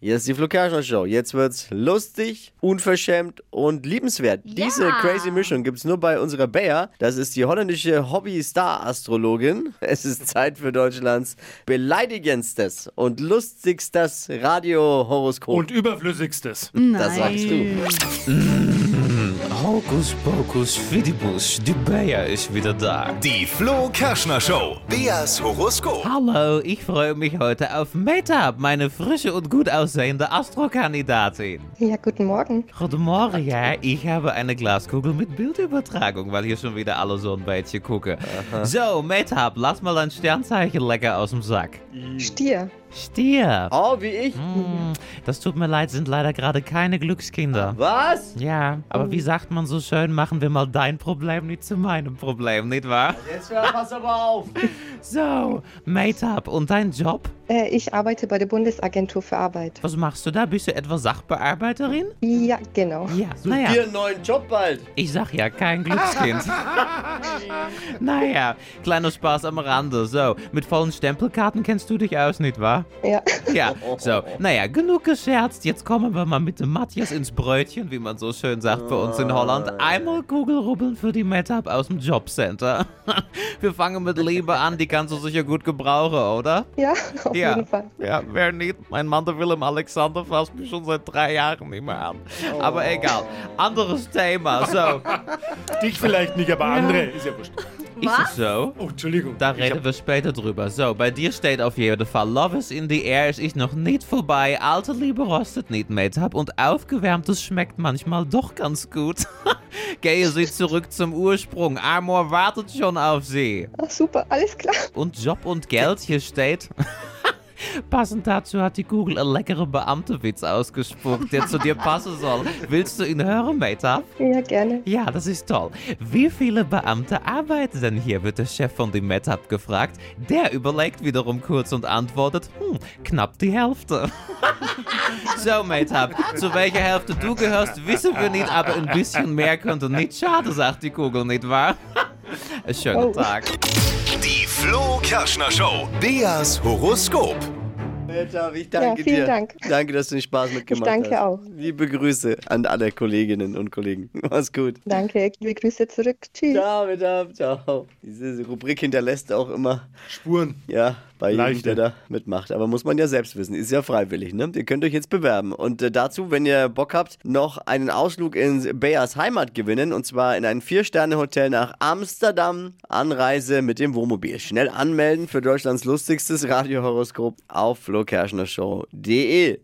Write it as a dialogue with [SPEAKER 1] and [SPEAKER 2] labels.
[SPEAKER 1] Hier ist die Flo Kerschner Show. Jetzt wird's lustig, unverschämt und liebenswert.
[SPEAKER 2] Ja.
[SPEAKER 1] Diese crazy Mischung gibt's nur bei unserer Bea. Das ist die holländische Hobby-Star-Astrologin. Es ist Zeit für Deutschlands beleidigendstes und lustigstes Radio-Horoskop.
[SPEAKER 3] Und überflüssigstes.
[SPEAKER 1] das sagst du.
[SPEAKER 4] Hocus pocus fidibus, die Bayer ist wieder da.
[SPEAKER 5] Die Flo Kerschner Show. Beas Horoskop.
[SPEAKER 4] Hallo, ich freue mich heute auf Meta, meine frische und gut aussehende Astrokandidatin.
[SPEAKER 6] Ja, guten Morgen.
[SPEAKER 4] Guten Morgen, ja, ich habe eine Glaskugel mit Bildübertragung, weil hier schon wieder alle so ein bisschen gucken. So, Meta, lass mal dein Sternzeichen lecker aus dem Sack.
[SPEAKER 6] Stier.
[SPEAKER 4] Stier.
[SPEAKER 1] Oh, wie ich?
[SPEAKER 4] Hm, das tut mir leid, sind leider gerade keine Glückskinder.
[SPEAKER 1] Was?
[SPEAKER 4] Ja, aber wie sagt man so schön, machen wir mal dein Problem nicht zu meinem Problem, nicht wahr?
[SPEAKER 1] Jetzt hör, pass aber auf.
[SPEAKER 4] So, Mate-Up, und dein Job?
[SPEAKER 6] Äh, ich arbeite bei der Bundesagentur für Arbeit.
[SPEAKER 4] Was machst du da? Bist du etwa Sachbearbeiterin?
[SPEAKER 6] Ja, genau.
[SPEAKER 4] Ah, Ja,
[SPEAKER 1] Dir
[SPEAKER 4] naja,
[SPEAKER 1] einen neuen Job bald.
[SPEAKER 4] ich sag ja, kein Glückskind. naja, kleiner Spaß am Rande. So, mit vollen Stempelkarten kennst du dich aus, nicht wahr?
[SPEAKER 6] Ja.
[SPEAKER 4] Ja, so, naja, genug gescherzt. Jetzt kommen wir mal mit dem Matthias ins Brötchen, wie man so schön sagt bei uns in Holland. Einmal Kugelrubbeln für die Meta-Up aus dem Jobcenter. wir fangen mit Liebe an, die kannst du sicher gut gebrauchen, oder?
[SPEAKER 6] Ja, auf
[SPEAKER 4] Ja.
[SPEAKER 6] jeden Fall.
[SPEAKER 4] Ja, wer nicht? Mein Mann, der Willem Alexander, fasst mich schon seit drei Jahren nicht mehr an. Aber egal. Anderes Thema. So,
[SPEAKER 3] Dich vielleicht nicht, aber andere. Ist ja wurscht.
[SPEAKER 4] ist es so?
[SPEAKER 3] Oh, Entschuldigung.
[SPEAKER 4] Da
[SPEAKER 3] Ich
[SPEAKER 4] reden wir später drüber. So, bei dir steht auf jeden Fall Love is in the air. Es ist noch nicht vorbei. Alte Liebe rostet nicht, Mate-Up. Und aufgewärmtes dus schmeckt manchmal doch ganz gut. Gehe sie zurück zum Ursprung. Amor wartet schon auf sie.
[SPEAKER 6] Ach, super, alles klar.
[SPEAKER 4] und Job und Geld hier steht. Passend dazu hat die Google einen leckeren Beamtenwitz ausgespuckt, der zu dir passen soll. Willst du ihn hören, Meta?
[SPEAKER 6] Ja, gerne.
[SPEAKER 4] Ja, das ist toll. Wie viele Beamte arbeiten denn hier, wird der Chef von dem MedHub gefragt. Der überlegt wiederum kurz und antwortet, hm, knapp die Hälfte. so, MedHub, zu welcher Hälfte du gehörst, wissen wir nicht, aber ein bisschen mehr könnte nicht schaden, sagt die Google, nicht wahr? Schönen
[SPEAKER 6] Oh.
[SPEAKER 4] Tag.
[SPEAKER 5] Die Flo Kerschner Show. Beas Horoskop.
[SPEAKER 1] Alter, ich danke
[SPEAKER 6] Ja, vielen
[SPEAKER 1] dir.
[SPEAKER 6] Dank.
[SPEAKER 1] Danke, dass du den Spaß mitgemacht hast.
[SPEAKER 6] danke auch.
[SPEAKER 1] Liebe Grüße an alle Kolleginnen und Kollegen. Mach's gut.
[SPEAKER 6] Danke, liebe Grüße zurück. Tschüss.
[SPEAKER 1] Ciao, mit ab, ciao. Diese Rubrik hinterlässt auch immer,
[SPEAKER 3] hab Spuren.
[SPEAKER 1] ja, bei jedem, der
[SPEAKER 3] Leichte.
[SPEAKER 1] da mitmacht. Aber muss man ja selbst wissen. Ist ja freiwillig, ne? Ihr könnt euch jetzt bewerben. Und äh, dazu, wenn ihr Bock habt, noch einen Ausflug in Bayers Heimat gewinnen. Und zwar in ein Vier-Sterne-Hotel nach Amsterdam. Anreise mit dem Wohnmobil. Schnell anmelden für Deutschlands lustigstes Radiohoroskop auf flokerschnershow.de.